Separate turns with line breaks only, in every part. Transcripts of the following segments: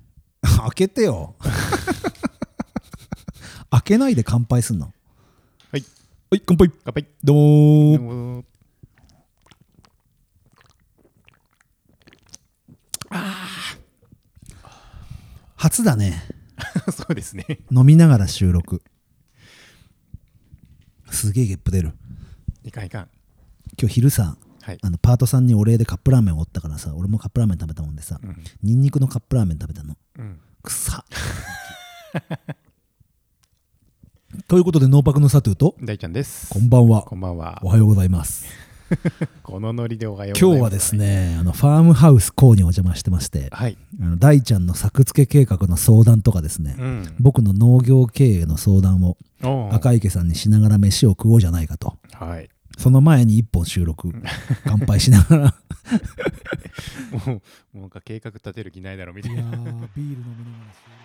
開けてよ開けないで乾杯すんの
はい
はい乾杯
乾杯
どう
う
も
ん
初だね
そうですね
飲みながら収録すげえゲップ出る
いかんいかん
今日昼さ
はい
あのパートさんにお礼でカップラーメンおったからさ俺もカップラーメン食べたもんでさ、
うん
ニンニクのカップラーメン食べたの
うん
くさ ということで「ノーパクのサトゥーと
大ちゃんです
こんばんは
こんばんは
おはようございます
このノリでおはよう
今
ござ
日
い
は
ます
ですねあのファームハウス校にお邪魔してまして
はい
あの大ちゃんの作付け計画の相談とかですね、
うん
僕の農業経営の相談を
おー
赤池さんにしながら飯を食おうじゃないかと
はい
その前に一本収録乾杯しながら
もうもうなんか計画立てる気ないだろみた い
いや
な
ービール飲みながら収録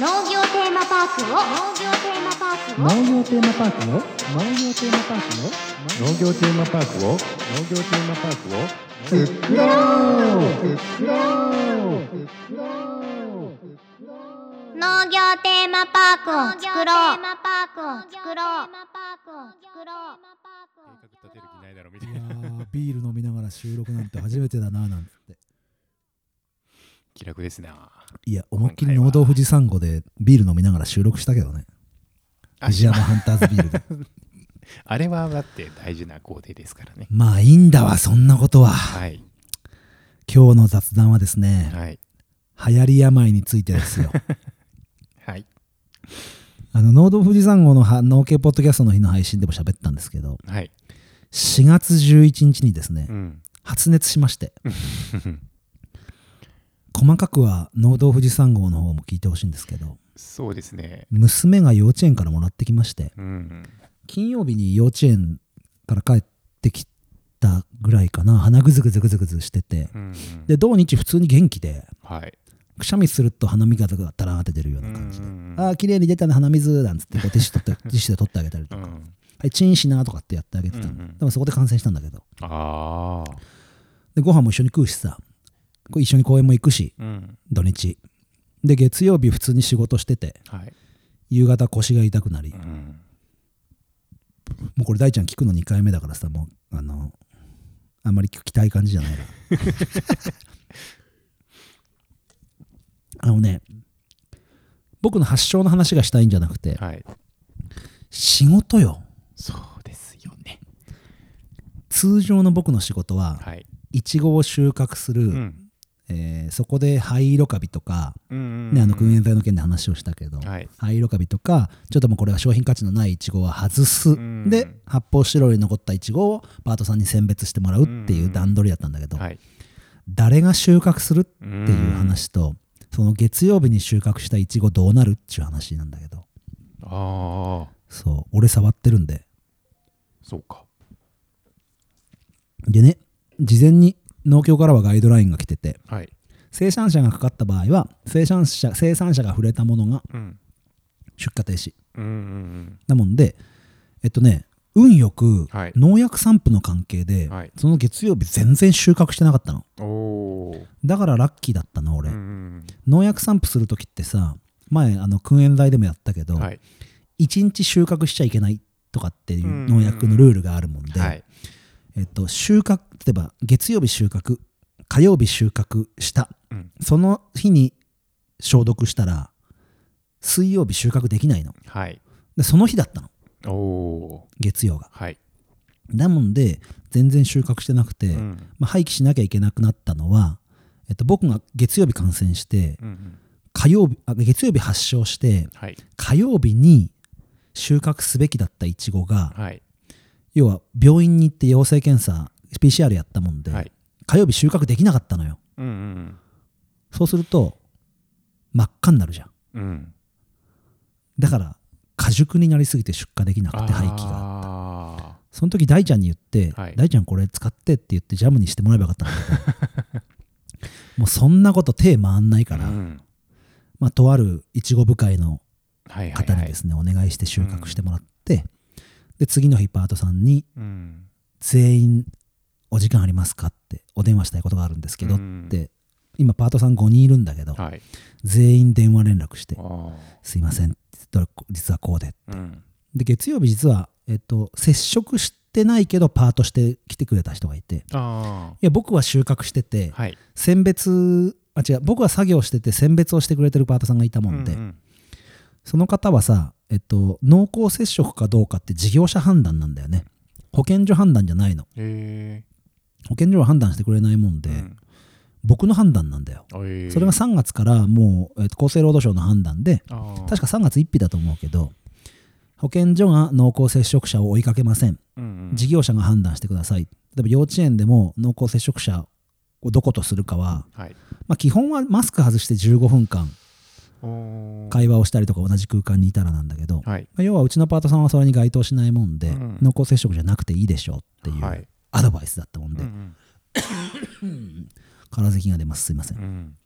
農業テーマパークを農業テーマパークを
農業テーマパークの農業テーマパークの
農業テーマパークを農業テーマパークを
農業テーマパークを作ろう農業テーマパークを作ろう
計画立てる気ないだろみたいない
やービール飲みながら収録なんて初めてだななんつって
気楽ですない
や思いっきり農道富士山号でビール飲みながら収録したけどね
あ
藤山ハンターズビールで
あれはだって大事な工程ですからね
まあいいんだわそんなことは
はい
今日の雑談はですね、
はい
流行り病についてですよ
はい
あの農道富士山号のは農系ポッドキャストの日の配信でも喋ったんですけど
はい
4月11日にですね、
うん
発熱しまして 細かくは農道富士山号の方も聞いてほしいんですけど
そうですね
娘が幼稚園からもらってきまして
うん
金曜日に幼稚園から帰ってきたぐらいかな鼻ぐずぐずぐずぐずしてて
うん
で土日普通に元気で
はい
くしゃみすると鼻水がダラーって出るような感じで
う
「
ん
ああ綺麗に出たね鼻水」なんつってこうティッシュ取ってティッシュで取ってあげたり
う
とか「は
ん
いチンしな」とかってやってあげてた
うんう
の
ん
でもそこで感染したんだけど
ああ
でご飯も一緒に食うしさこう一緒に公園も行くし
うん
土日で月曜日普通に仕事してて
はい
夕方腰が痛くなり
うん
もうこれ大ちゃん聞くの2回目だからさもうあのあんまり聞きたい感じじゃない なあのね僕の発症の話がしたいんじゃなくて
はい
仕事よ
そうですよね
通常の僕の仕事は
はい
いちごを収穫する、
うん
えーそこで灰色カビとか、
うんうん
ね、あの訓練剤の件で話をしたけど、
はい
灰色カビとかちょっともうこれは商品価値のないイチゴは外す、
ん
で発泡スチロールに残ったイチゴをパートさんに選別してもらうっていう段取りだったんだけど、
はい
誰が収穫するって
うん
いう話と、その月曜日に収穫したイチゴどうなるっていう話なんだけど
ああ
そう俺触ってるんで
そうか
でね事前に農協からはガイドラインが来てて
はい
生産者がかかった場合は生産者生産者が触れたものが
うん
出荷停止
うんうん
なもんでえっとね運よく
はい
農薬散布の関係で、
はい
その月曜日全然収穫してなかったの
うんおお
だからラッキーだったの俺、
うん
農薬散布する時ってさ前あの訓練剤でもやったけ
う
ど、
んはい
1日収穫しちゃいけないとかっていう
うんうんうん
農薬のルールがあるもんで、
はい
えっと、収穫例えば月曜日収穫火曜日収穫した
うん
その日に消毒したら水曜日収穫できないの
はい
でその日だったの
おお
月曜が
はい
だもんで全然収穫してなくて、
うん
まあ、廃棄しなきゃいけなくなったのは、えっと、僕が月曜日感染して
うんうん
火曜日あ月曜日発症して
はい
火曜日に収穫すべきだったイチゴが
はい
要は病院に行って陽性検査 PCR やったもんで、
はい
火曜日収穫できなかったのよ
うんうん
そうすると真っ赤になるじゃん
うんうん
だから過熟になりすぎて出荷できなくて廃棄が
が
その時大ちゃんに言って、
はい
大ちゃんこれ使ってって言ってジャムにして もらえばよかったんだけどもうそんなこと手回んないから、
うん
まあ、とあるいちご部会の
はいはい
方
は
に
い
ですね、お願いして収穫してもらって、で次の日パートさんに
うん
全員お時間ありますかってお電話したいことがあるんですけどっ
うん
て、今パートさん5人いるんだけど、
はい
全員電話連絡して
あー
「すいませんどれ実はこうで
うん」
で月曜日実は、えっと、接触してないけどパートして来てくれた人がいてい
あ
や僕は収穫してて、
ーはい
選別あ違う僕は作業してて選別をしてくれてるパートさんがいたもんで、
うんうん
その方はさ、えっと、濃厚接触かどうかって事業者判断なんだよね保健所判断じゃないの
え
保健所は判断してくれないもんで、
ーうん
僕の判断なんだよ
あえー
それが3月からもう、えっと、厚生労働省の判断で
あー
確か3月1日だと思うけど保健所が濃厚接触者を追いかけません
うんうん
事業者が判断してください例えば幼稚園でも濃厚接触者をどことするかは、
はい
まあ、基本はマスク外して15分間
おー
会話をしたりとか同じ空間にいたらなんだけど、ま
はい
あ要はうちのパートさんはそれに該当しないもんで、
うん
濃厚接触じゃなくていいでしょうってい
は
う
い
アドバイスだったもんで、
うん
空咳が出ますすいません
うんうん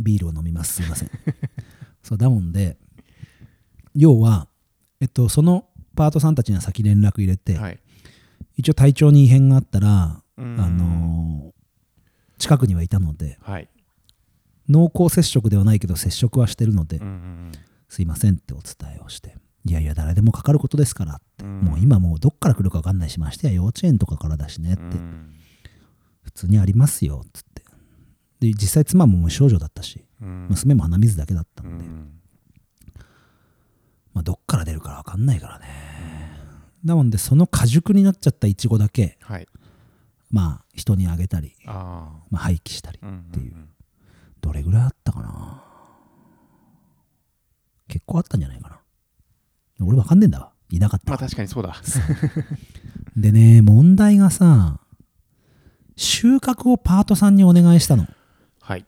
ビールを飲みますすいません そうだもんで要は、えっと、そのパートさんたちには先連絡入れて、
はい
一応体調に異変があったら、
うん
あのー近くにはいたので
はい
濃厚接触ではないけど接触はしてるので、
うんうん
すいませんってお伝えをしていやいや誰でもかかることですからって、
うん
もう今もうどっから来るか分かんないしましてや幼稚園とかからだしねって、
うんうん
普通にありますよっつってで実際妻も無症状だったし
うん
娘も鼻水だけだった
うん
で、
ん
まあ、どっから出るから分かんないからね、だもんでその果熟になっちゃったイチゴだけ
はい
まあ人にあげたり、
あ
まあ、廃棄したり、
あっ
っていうどれぐらいあったかな結構あったんじゃないかな俺分かんねえんだわいなかった
まあ
わ
確かにそうだ
でね問題がさ収穫をパートさんにお願いしたの
はい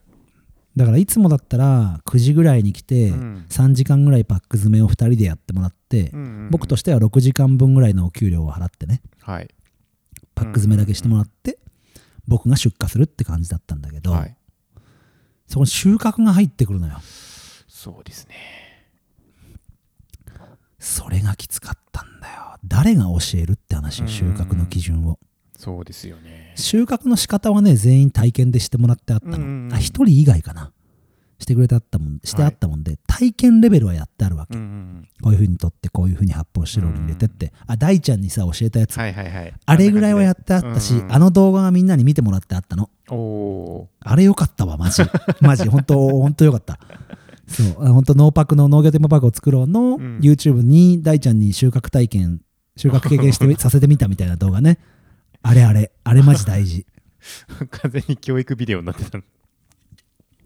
だからいつもだったら9時ぐらいに来て
うん
3時間ぐらいパック詰めを2人でやってもらって僕としては6時間分ぐらいのお給料を払ってね
はい
パック詰めだけしてもらって僕が出荷するって感じだったんだけど
はい
そこに収穫が入ってくるのよ
そうですね
それがきつかったんだよ誰が教えるって話よ収穫の基準を
そうですよね
収穫の仕方はね全員体験でしてもらってあった
うんうんうん
のあ一人以外かなしてくれてあったもんしてあったもんで、体験レベルはやってあるわけ、
うんうん
こういう風に取ってこういう風に発泡スチロールに入れてって、あ大ちゃんにさ教えたやつ、
はいはいはい
あれぐらいはやってあったし、あの動画はみんなに見てもらってあったの
おお
あれよかったわマ ジマジ本当本当よかったそうあ本当ノーパクの農業テーマパークを作ろうの、
うん
YouTube に大ちゃんに収穫体験収穫経験して させてみたみたいな動画ねあれあれあれマジ大事
ー 完全に教育ビデオになってたの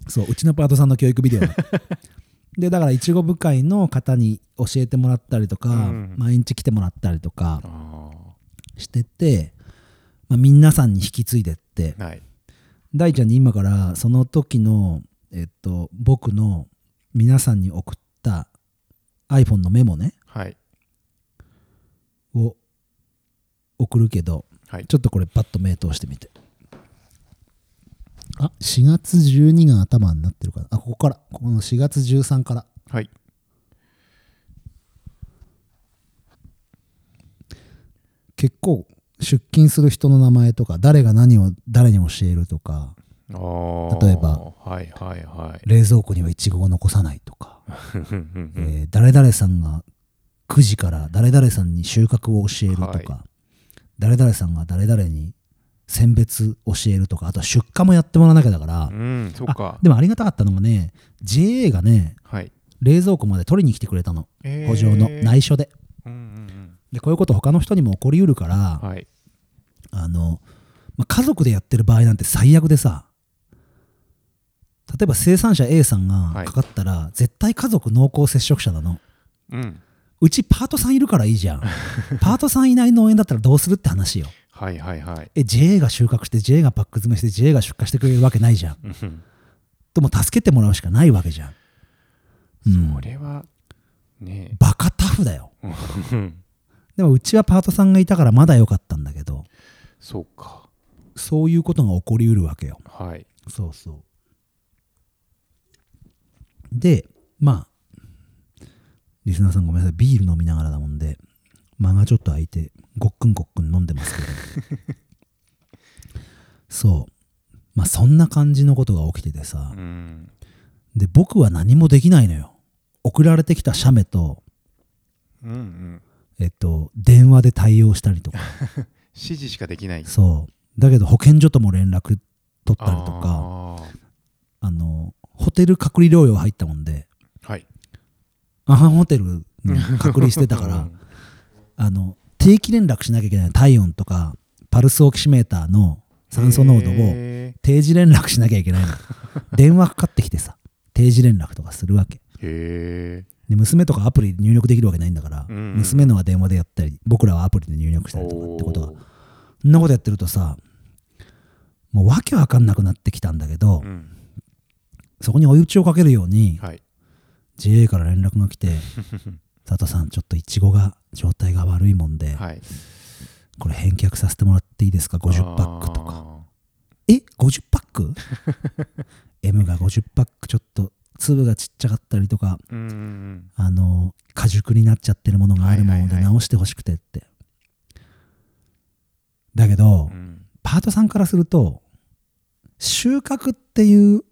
そううちのパートさんの教育ビ デオだでだからいちご部会の方に教えてもらったりとか、
うん
毎日来てもらったりとか
あ
してて、まあ、皆さんに引き継いでって
あはい
大ちゃんに今からその時の、えっと、僕の皆さんに送った iPhone のメモね
はい
を送るけど
はい
ちょっとこれパッと目通してみてあ4月12が頭になってるかなあここからここの4月13から
はい
結構出勤する人の名前とか誰が何を誰に教えるとか
ああ
例えば
はいはいはい
冷蔵庫にはイチゴを残さないとか、
うんうんうん
えー誰々さんが9時から誰々さんに収穫を教えるとか、
は
誰々さんが誰々に選別教えるとかあとは出荷もやってもらわなきゃだから、
うんそう
あ
か
でもありがたかったのがね JA がね
はい
冷蔵庫まで取りに来てくれたの
えー
補助の内緒で
うんうん
でこういうこと他の人にも起こりうるから、
うんはい
あの、まあ、家族でやってる場合なんて最悪でさ例えば生産者 A さんがかかったら、絶対家族濃厚接触者なの
うん
うちパートさんいるからいいじゃんパートさんいない農園だったらどうするって話よ
はいはいはい
え JA が収穫して JA がパック詰めして JA が出荷してくれるわけないじゃん
うんうん
とも助けてもらうしかないわけじゃん、うん、
これはね
バカタフだよ
え
でもうちはパートさんがいたからまだ良かったんだけど
そうか
そういうことが起こりうるわけよ
はい
そうそうで、まあ、リスナーさんごめんなさい、ビール飲みながらだもんで、間がちょっと空いて、ごっくんごっくん飲んでますけど、そう、まあそんな感じのことが起きててさ、
うん
で、僕は何もできないのよ。送られてきた写メと、
うんうん
えっと、電話で対応したりとか、
指示しかできない
そう。だけど保健所とも連絡取ったりとか、
あ
あの、ホテル隔離療養入ったもんで、
ーはい
アハンホテルに隔離してたか
う
ら
ん、
あの、定期連絡しなきゃいけない体温とか、パルスオキシメーターの酸素濃度を
へ
定時連絡しなきゃいけない の。電話かかってきてさ、定時連絡とかするわけ。
ーへ
で娘とかアプリで入力できるわけないんだから、
うんうん
娘のは電話でやったり、僕らはアプリで入力し
え
たりとかってことが、
おー
そんなことやってるとさ、もうわけわかんなくなってきたんだけど、
うん
そこに追い打ちをかけるように、
はい
JA から連絡が来て、 佐藤さん、ちょっとイチゴが状態が悪いもんで、
はい
これ返却させてもらっていいですか50パックとか
か
え50パック M が50パックちょっと粒がちっちゃかったりとか
うんうんうん
あの果熟になっちゃってるものがあるも
は
の
いはい
で
はい
直してほしくてって、だけど、
うん
パートさんからすると収穫っていう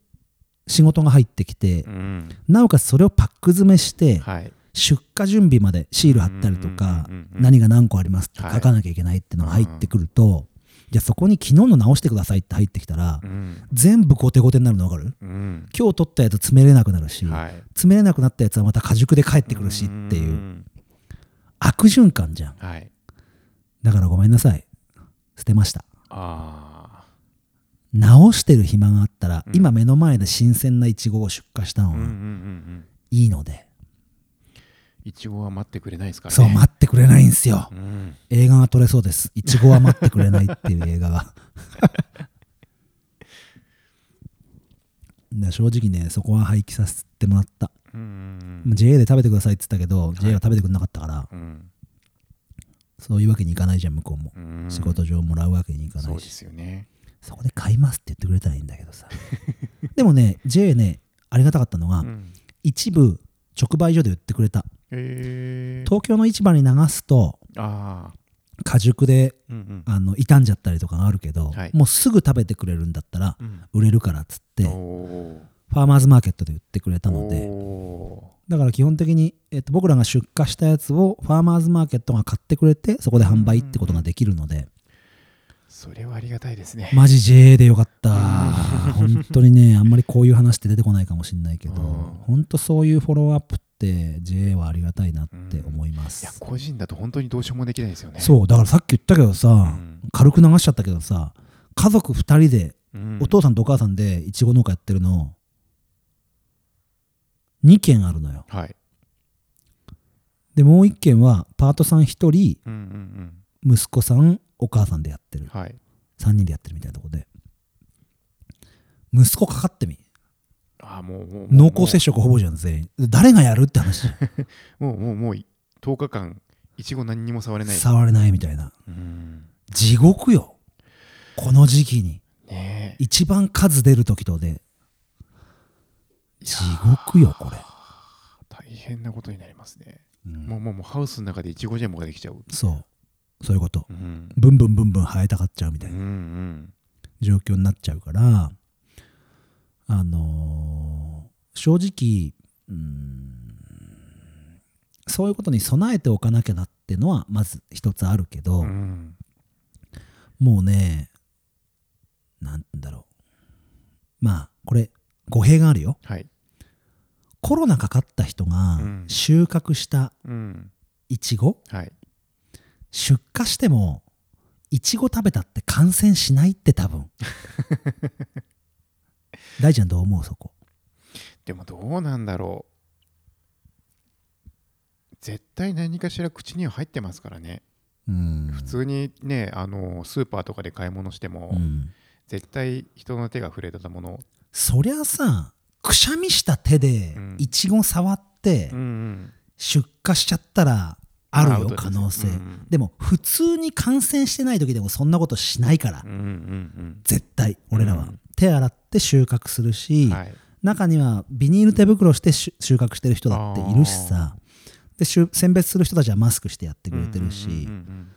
仕事が入ってきて、
うん
なおかつそれをパック詰めして、
はい
出荷準備までシール貼ったりとか
うんうんうんうんうん
何が何個ありますって
はい
書かなきゃいけないってのが入ってくるとじゃあそこに昨日の直してくださいって入ってきたら
うん
全部後手後手になるの分かる
うん
今日取ったやつ詰めれなくなるし
はい
詰めれなくなったやつはまた果熟で帰ってくるしっていうん悪循環じゃん
はい
だからごめんなさい捨てました
あ
直してる暇があったら
うん
今目の前で新鮮なイチゴを出荷した
あうんうんうんう
の
ん
いいので
いちごは待ってくれないですから
そ
ね
う待ってくれないんすよ
うん
映画が撮れそうです「いちごは待ってくれない」っていう映画が だ正直ねそこは廃棄させてもらった、
うんうん
もう JA で食べてくださいって言ったけど、JA は食べてくれなかったから
うん
そういうわけにいかないじゃん向こうも、
うん
仕事上もらうわけにいかな
そう
い
で
し
すよね
そこで買いますって言ってくれたらいいんだけど さでもね JA ねありがたかったのが、
うん
一部直売所で売ってくれた
えー
東京の市場に流すと
ああ
果熟で
うん
あの傷んじゃったりとかがあるけど、
はい
もうすぐ食べてくれるんだったら
うん
売れるからっつって
うん
フ
おー
ァーマーズマーケットで売ってくれたので
お
だから基本的に、えっと、僕らが出荷したやつをファーマーズマーケットが買ってくれてそこで販売ってことができるので
ーそれはありがたいですね
マジ JA でよかった本当にねあんまりこういう話って出てこないかもしれないけど
うん
本当そういうフォローアップって JA はありがたいなって思いま
いや
す
個人だと本当にどうしようもできないですよね
そうだからさっき言ったけどさ
ん
軽く流しちゃったけどさ家族2人で
うん
お父さんとお母さんでいちご農家やってるの2軒あるのよ
はい
でもう1軒はパートさん1人
うんうん
息子さんお母さんでやって
う
る
んはい
3人でやってるみたいなとこで息子かかってみ
ああもうもうも
濃
う
厚接触ほぼじゃん全員誰がやるって話
もうもうもう10日間いちご何にも触れない
触れないみたいな
うん
地獄よこの時期に
ねえ
一番数出る時とで地獄よこれ
大変なことになりますね
うん
もうもうもうハウスの中でいちごジャムができちゃう
そうそういうこと
うん
ブンブンブンブン生えたかっちゃうみた
う
い
ん
な
うん
状況になっちゃうから、あのー正直うーんそういうことに備えておかなきゃなってのはまず一つあるけど、
うん
もうねなんて言うんだろうまあこれ語弊があるよ
はい
コロナかかった人が
うん
収穫した
うん
イチゴ
はい
出荷してもいちご食べたって感染しないって多 分大ちゃんどう思うそこ
でもどうなんだろう絶対何かしら口には入ってますからね
うん
普通にねあのスーパーとかで買い物しても、
うん
絶対人の手が触れたもの
そりゃさくしゃみした手で
うん
いちご触って
うんうん
出荷しちゃったらあ
ア
る
ウ
よ
トです
可能性、
うんうん
でも普通に感染してない時でもそんなことしないから、
うんうん
絶対俺らは、
うん
手洗って収穫する
う
し、
んはい
中にはビニール手袋してしゅ収穫してる人だっているしさでしゅ選別する人たちはマスクしてやってくれてるし、
うんうんうん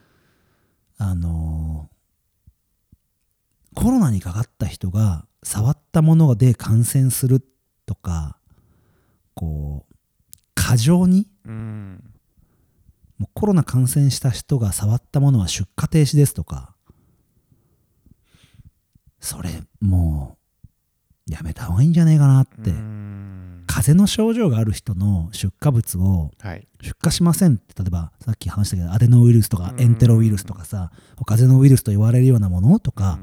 あのーコロナにかかった人が触ったもので感染するとかこう過剰に
うんうん
もうコロナ感染した人が触ったものは出荷停止ですとかそれもうやめた方がいいんじゃないかなって、
うん
風邪の症状がある人の出荷物を
はい
出荷しませんって例えばさっき話したけどアデノウイルスとか
うん
エンテロウイルスとかさ、風邪のウイルスと言われるようなものとか、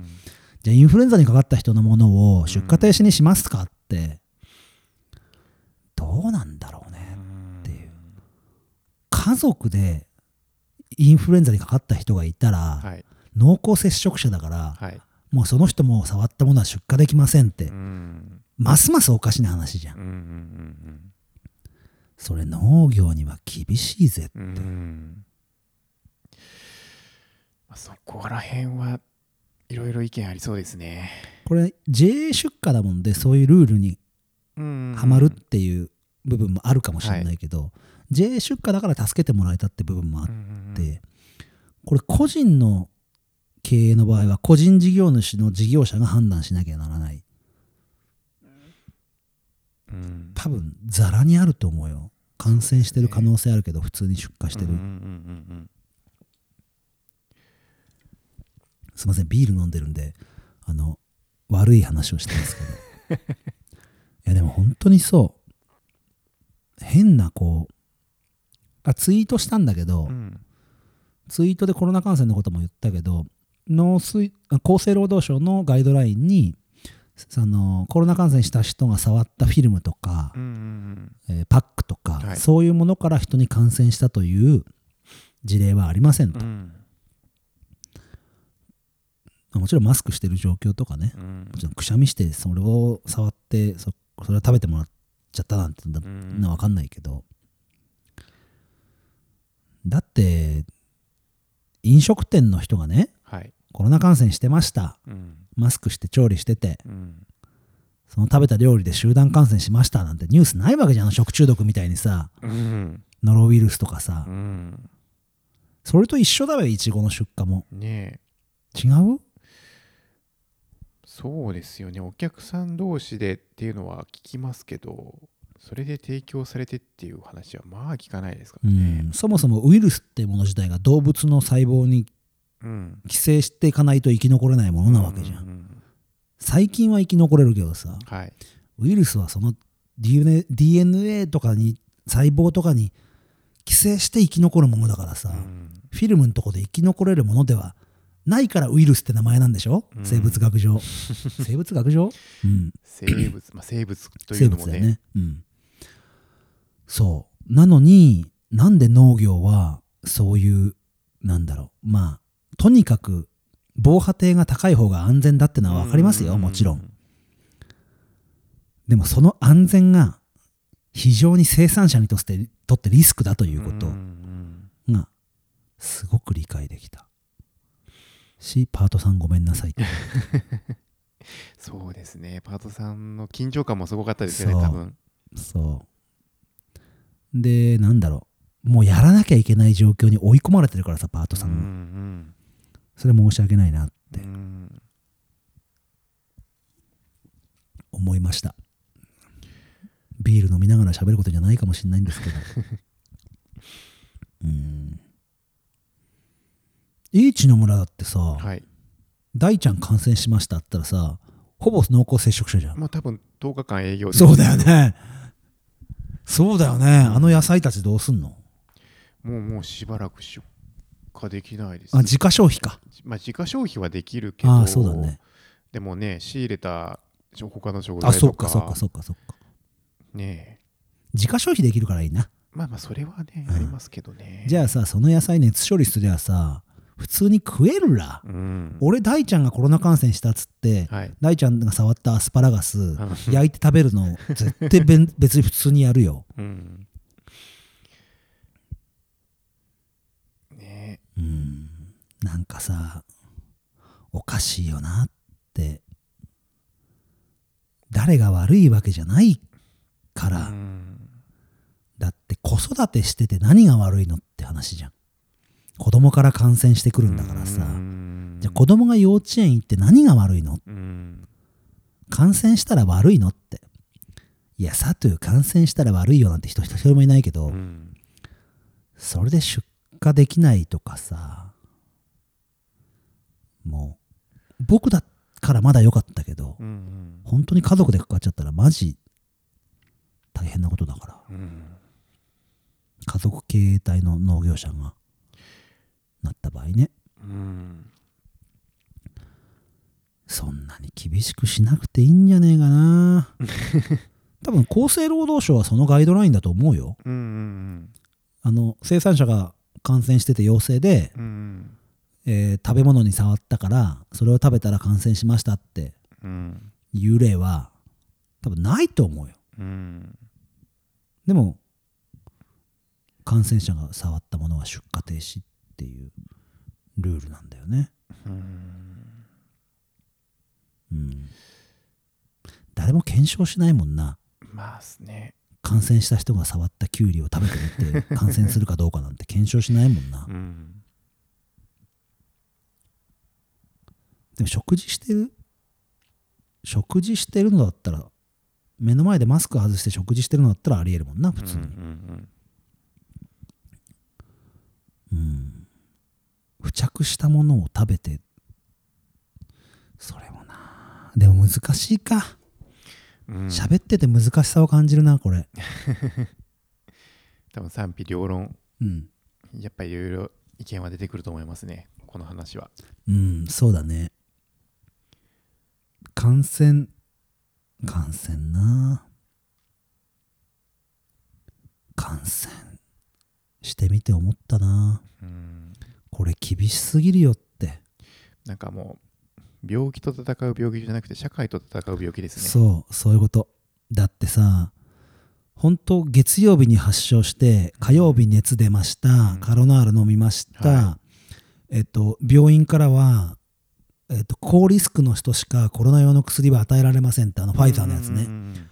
じゃあインフルエンザにかかった人のものを出荷停止にしますかってどうなんだろうねっていう家族でインフルエンザにかかった人がいたら、
はい
濃厚接触者だから、
はい
もうその人も触ったものは出荷できませんって、
うん
ますますおかしな話じゃん
うんうん
それ農業には厳しいぜ
うんうんうんまあそこら辺はいろいろ意見ありそうですね
これ JA 出荷だもんでそういうルールには
ハ
まるっていう部分もあるかもしれないけど、JA 出荷だから助けてもらえたって部分もあっ、
って
これ個人の経営の場合は個人事業主の事業者が判断しなきゃならない多分ザラにあると思うよ感染してる可能性あるけど普通に出荷してる、
うんうんうん
すいませんビール飲んでるんであの悪い話をしてますけどい やでも本当にそう変なこうあツイートしたんだけど、
うんうん
ツイートでコロナ感染のことも言ったけど農水あ厚生労働省のガイドラインにそのコロナ感染した人が触ったフィルムとか、
うんうん
えーパックとか、
はい
そういうものから人に感染したという事例はありません
う
と、
ん
もちろんマスクしてる状況とかね、
うん
もちろんくしゃみしてそれを触ってそそれを食べてもらっちゃったなんてだ
うん
のは分かんないけど、だって飲食店の人がね
はい
コロナ感染してました
うん
マスクして調理してて
うん
その食べた料理で集団感染しましたなんてニュースないわけじゃん食中毒みたいにさ
うん
ノロウイルスとかさ、
うん
それと一緒だよいちごの出荷も
ね
違
え
う
そうですよねお客さん同士でっていうのは聞きますけどそれで提供されてっていう話はまあ聞かないですか
う
らね
ん、そもそもウイルスっていうもの自体が動物の細胞に
うん
寄生していかないと生き残れないものなわけじゃん
う、ん
最近は生き残れるけどさ
はい
ウイルスはその DNA, DNA とかに細胞とかに寄生して生き残るものだからさ、
うん
フィルムのとこで生き残れるものではないからウイルスって名前なんでしょ、
うん
生物学 上生物学上、うん、
生物まあ生物とい
生
うの
物
も
だ
ね
よね、うん、そうなのになんで農業はそういうなんだろうまあとにかく防波堤が高い方が安全だってのは分かりますよもちろんでもその安全が非常に生産者にとってとってリスクだとい
いう
こと
ん
がすごく理解できたしパートさんごめんなさいっ て
そうですねパートさんの緊張感もすごかったですよね
そう
多分
そうでなんだろうもうやらなきゃいけない状況に追い込まれてるからさパートさ
うん
が、
ん
それ申し訳ないなっ
う
て
ん
思いましたビール飲みながら喋ることじゃないかもしれないんです けどうん英知の村だってさ、
はい
大ちゃん感染しましたって言ったらさほぼ濃厚接触者じゃん、
まあ多分10日間営業です
そうだよねそうだよねあの野菜たちどうすんの
もうもうしばらく出荷できないです
あ自家消費か
まあ自家消費はできるけど
ああそうだね
でもね仕入れた他の食材とか
あそっかそっかそっかそっか
ねえ
自家消費できるからいいな
まあまあそれはね、
うん
ありますけどね
じゃあさその野菜熱処理すりゃさ普通に食えるら
うん
俺大ちゃんがコロナ感染したっつって、
はい
大ちゃんが触ったアスパラガス焼いて食べるの絶対べん別に普通にやるよ、
うんね
うん、なんかさおかしいよなって誰が悪いわけじゃないから、
うん
だって子育てしてて何が悪いのって話じゃん子供から感染してくるんだからさ、
うん
じゃあ子供が幼稚園行って何が悪いの
うん
感染したら悪いのっていやサトゥー感染したら悪いよなんて人一人もいないけど、
うん
それで出荷できないとかさもう僕だからまだ良かったけど、
うん
本当に家族でかかっちゃったらマジ大変なことだから
うん
家族経営体の農業者がなった場合ね
うん
そんなに厳しくしなくていいんじゃねえかな多分厚生労働省はそのガイドラインだと思うよ
うんうん
あの生産者が感染してて陽性で、
うん
えー食べ物に触ったからそれを食べたら感染しましたって
うん
いう例は多分ないと思うよ
うん
でも感染者が触ったものは出荷停止っていうルールなんだよねうん誰も検証しないもんな
まあっすね
感染した人が触ったキュウリを食べてみて感染するかどうかなんて検証しないもんな
うん
でも食事してる食事してるのだったら目の前でマスク外して食事してるのだったらありえるもんな普通
うん
に、
う
う
ん
ん、付着したものを食べてそれもなでも難しいか
うん
喋、ってて難しさを感じるなこれ
多分賛否両論
うん、
やっぱりいろいろ意見は出てくると思いますねこの話は
うん、そうだね感染感染な感染してみて思ったな
うん
これ厳しすぎるよって
なんかもう病気と戦う病気じゃなくて社会と戦う病気ですね
そうそういうことだってさ本当月曜日に発症して火曜日熱出ました、
うん
カロナール飲みました、
は
えっと、病院からは、えっと、高リスクの人しかコロナ用の薬は与えられませんってあのファイザーのやつね、
うん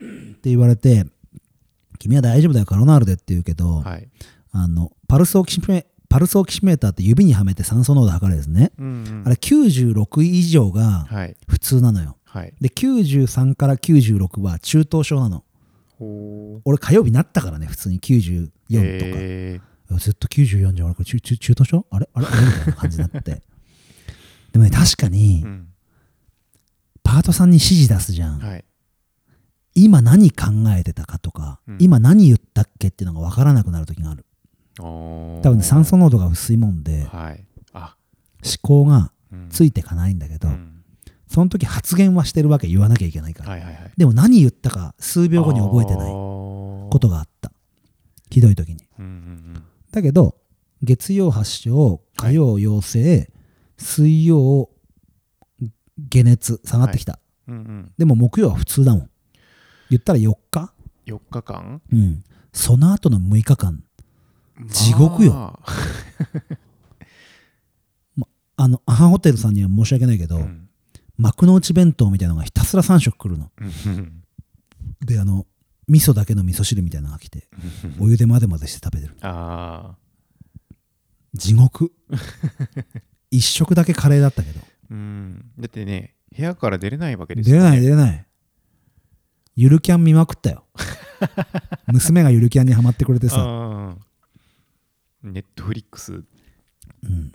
うん
って言われて「君は大丈夫だよカロナールで」って言うけ
う
ど、
んはい
あのパルスオキシメパルスオキシメーターって指にはめて酸素濃度測るですね、
うんうん
あれ96以上が
はい
普通なのよ、
はい
で93から96は中等症なの
ほう
俺火曜日なったからね普通に94とか、
え
ずっと94じゃん俺これ中中中等症あれあれあれみたいな感じになって でもね確か
ー
に
うん
パートさんに指示出すじゃん、
はい
今何考えてたかとか、
うん
今何言ったっけっていうのが分からなくなる時がある
多
多分ね酸素濃度が薄いもんで
はいあ
思考が
うん
ついてかないんだけど、
うん
その時発言はしてるわけ言わなきゃいけないから、
はいはいはい
でも何言ったか数秒後に覚えてないこ
こと
があったひどい時に
うんうん
だけど月曜発症火曜陽性、水曜解熱下がってきた、
うんうんうん
でも木曜は普通だもん言ったら4日
4日間
うんその後の6日間地獄よ
まあ
あのアハホテルさんには申し訳ないけど、
うん
幕の内弁当みたいなのがひたすら3食来るの
うんうん
であの味噌だけの味噌汁みたいなのが来て
うん
お湯で混ぜ混ぜして食べてる
ああ
地 獄一食だけカレーだったけど
うんだってね部屋から出れないわけです
出
よ
れ
ね
ない出れないゆるキャン見まくった よ娘がゆるキャンにはまってくれてさ、
あーネットフリックス
うん、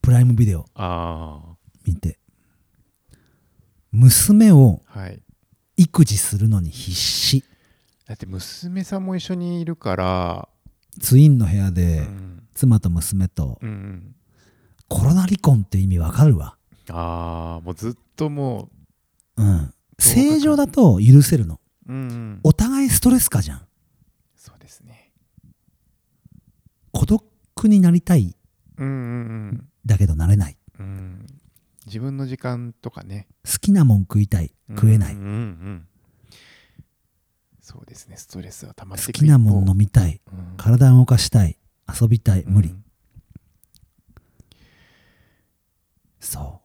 プライムビデオ
あ
見て娘を
あはい
育児するのに必死
だって娘さんも一緒にいるから、
ツインの部屋で
うん
妻と娘と
うんうん、
コロナ離婚って意味わかるわ
ああもうずっとも
うん正常だと許せるの
う、うんうん、
お互いストレスかじゃん
そうですね
孤独になりたい
うんうん
だけどなれない
うん、うん、自分の時間とかね
好きなもん食いたい食えない、
うんうんうんそうですねストレスは溜まって
好
いく
きなもん
の
飲みたい体を動かしたい遊びたい無理、
うん
そ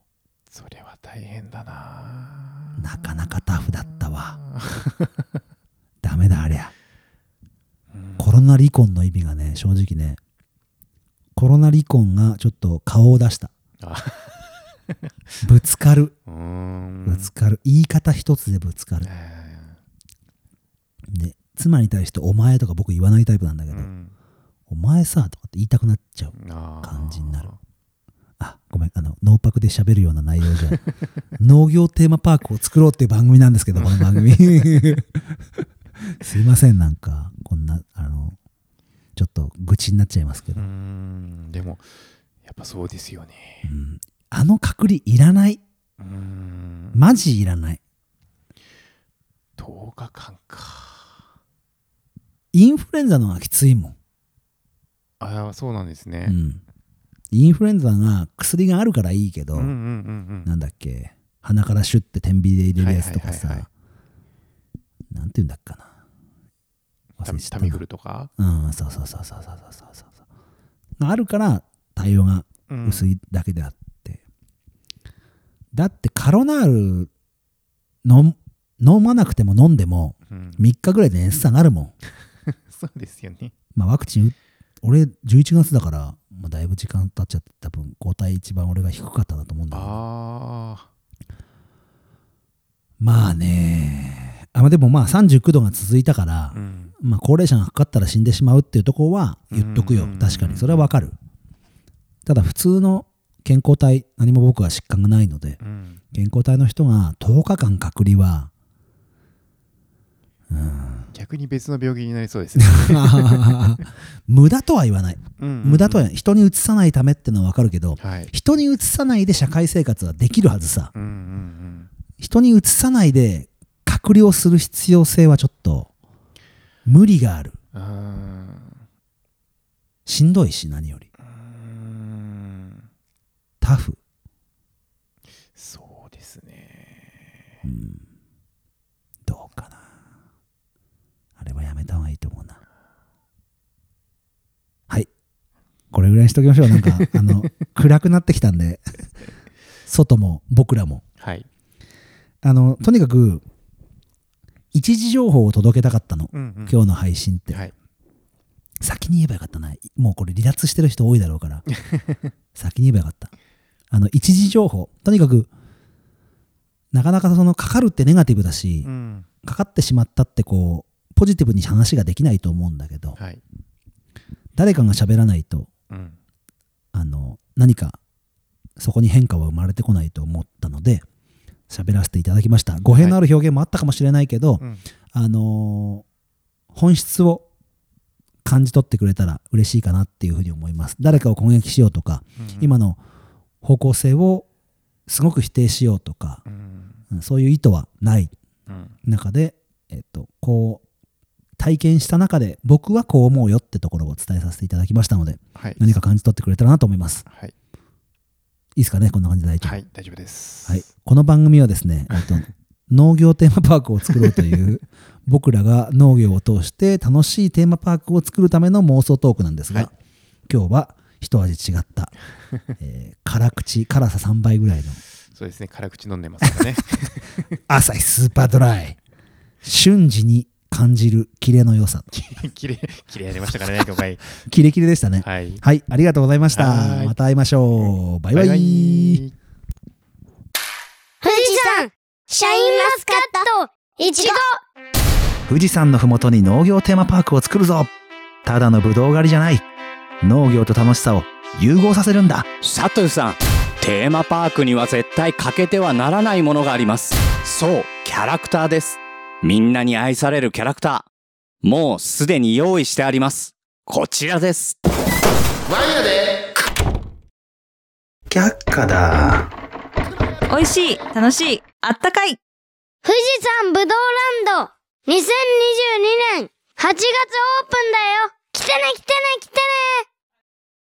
それは大変だな
うなかなかタフだったわ
あー
ダメだありゃ
うん
コロナ離婚の意味がね正直ねコロナ離婚がちょっと顔を出した
あ
ぶつかる
うーん
ぶつかる言い方一つでぶつかる
え
で妻に対して「お前」とか僕言わないタイプなんだけ
ー
ど
うん
「お前さ」とかって言いたくなっちゃう
あー
感じになるあごめんあのノーパクで喋るような内容じゃ 農業テーマパークを作ろうっていう番組なんですけどこの番組 すいませんなんかこんなあのちょっと愚痴になっちゃいますけ
う
ど、
ーんでもやっぱそうですよね
うんあの隔離いらないう
ーん
マジいらない
10日間か
インフルエンザの方がきついもん、
ああそうなんです
う
ね、
ん、インフルエンザが薬があるからいいけど、
うんうんうんうん
なんだっけ鼻からシュッて天秤で入れるやつとかさ、
はいはいは
なんて言うんだっけかな
タ
忘れ
ミ
ちゃった
タ
な
ミフルとか
うんそうそうそうそうそうそうそうそうあるから対応が薄
い、
いだけであって、だってカロナール飲飲まなくても飲んでも
うん
3日ぐらいで熱下がるもん、
そうですよね
まあ、ワクチン打俺11月だから、まあ、だいぶ時間経っちゃって多分5対1番俺が低かったなと思うんだけど
あ
まあねあまあでもまあ39度が続いたから
あ、うん
まあ、高齢者がかかったら死んでしまうっていうところは言っとくよ
うん
確かにそれはわかるただ普通の健康体何も僕は疾患がないので
うん
健康体の人が10日間隔離は
逆に別の病気になりそうですね
無駄とは言わない
うんうんう ん
無駄とは言わない人にうつさないためってのはわかるけど
はい
人にうつさないで社会生活はできるはずさ
うんうん
人にうつさないで隔離をする必要性はちょっと無理がある
うんあ
しんどいし何より
ーうーん
タフ
そうですね
どうかなあれはやめた方がいいと思うなはいこれぐらいにしときましょうなん かあの暗くなってきたんで外も僕らも
はい
あのとにかく一時情報を届けたかったの
うんうん
今日の配信って、
はい
先に言えばよかったなもうこれ離脱してる人多いだろうから 先に言えばよかったあの一時情報とにかくなかなかそのかかるってネガティブだし、
うん
かかってしまったってこうポジティブに話ができないと思うんだけど
はい
誰かが喋らないと
うん
あの何かそこに変化は生まれてこないと思ったので喋らせていただきました語弊のある表現もあったかもしれないけど、
うん
あのー本質を感じ取ってくれたら嬉しいかなっていうふうに思います誰かを攻撃しようとか、
うん
今の方向性をすごく否定しようとか、
うん
うんそういう意図はない
うん
中で、えっと、こう体験した中で僕はこう思うよってところをお伝えさせていただきましたので
はい
何か感じ取ってくれたらなと思います
はい
いいですかねこんな感じで大丈夫、
はい大丈夫です
はいこの番組はですね、えっと、農業テーマパークを作ろうという 僕らが農業を通して楽しいテーマパークを作るための妄想トークなんですが、
はい
今日は一味違った、 えー辛口辛さ3倍ぐらいの
そうですね辛口飲んでますからね
朝日スーパードライ瞬時に感じるキレの良さ
綺麗綺麗やりましたか らね今回
キレキレでしたね
はい
はい、ありがとうございました。
はい
また会いましょう。バイバイ。
富士山シャインマスカットいちご
富士山のふもとに農業テーマパークを作るぞ。ただのぶどう狩りじゃない。農業と楽しさを融合させるんだ。
サトゥさんテーマパークには絶対欠けてはならないものがありますそうキャラクターですみんなに愛されるキャラクターもうすでに用意してありますこちらです
却下だ。
美味しい、楽しい、あったかい。
富士山ぶどうランド2022年8月オープンだよ来てね来てね来てね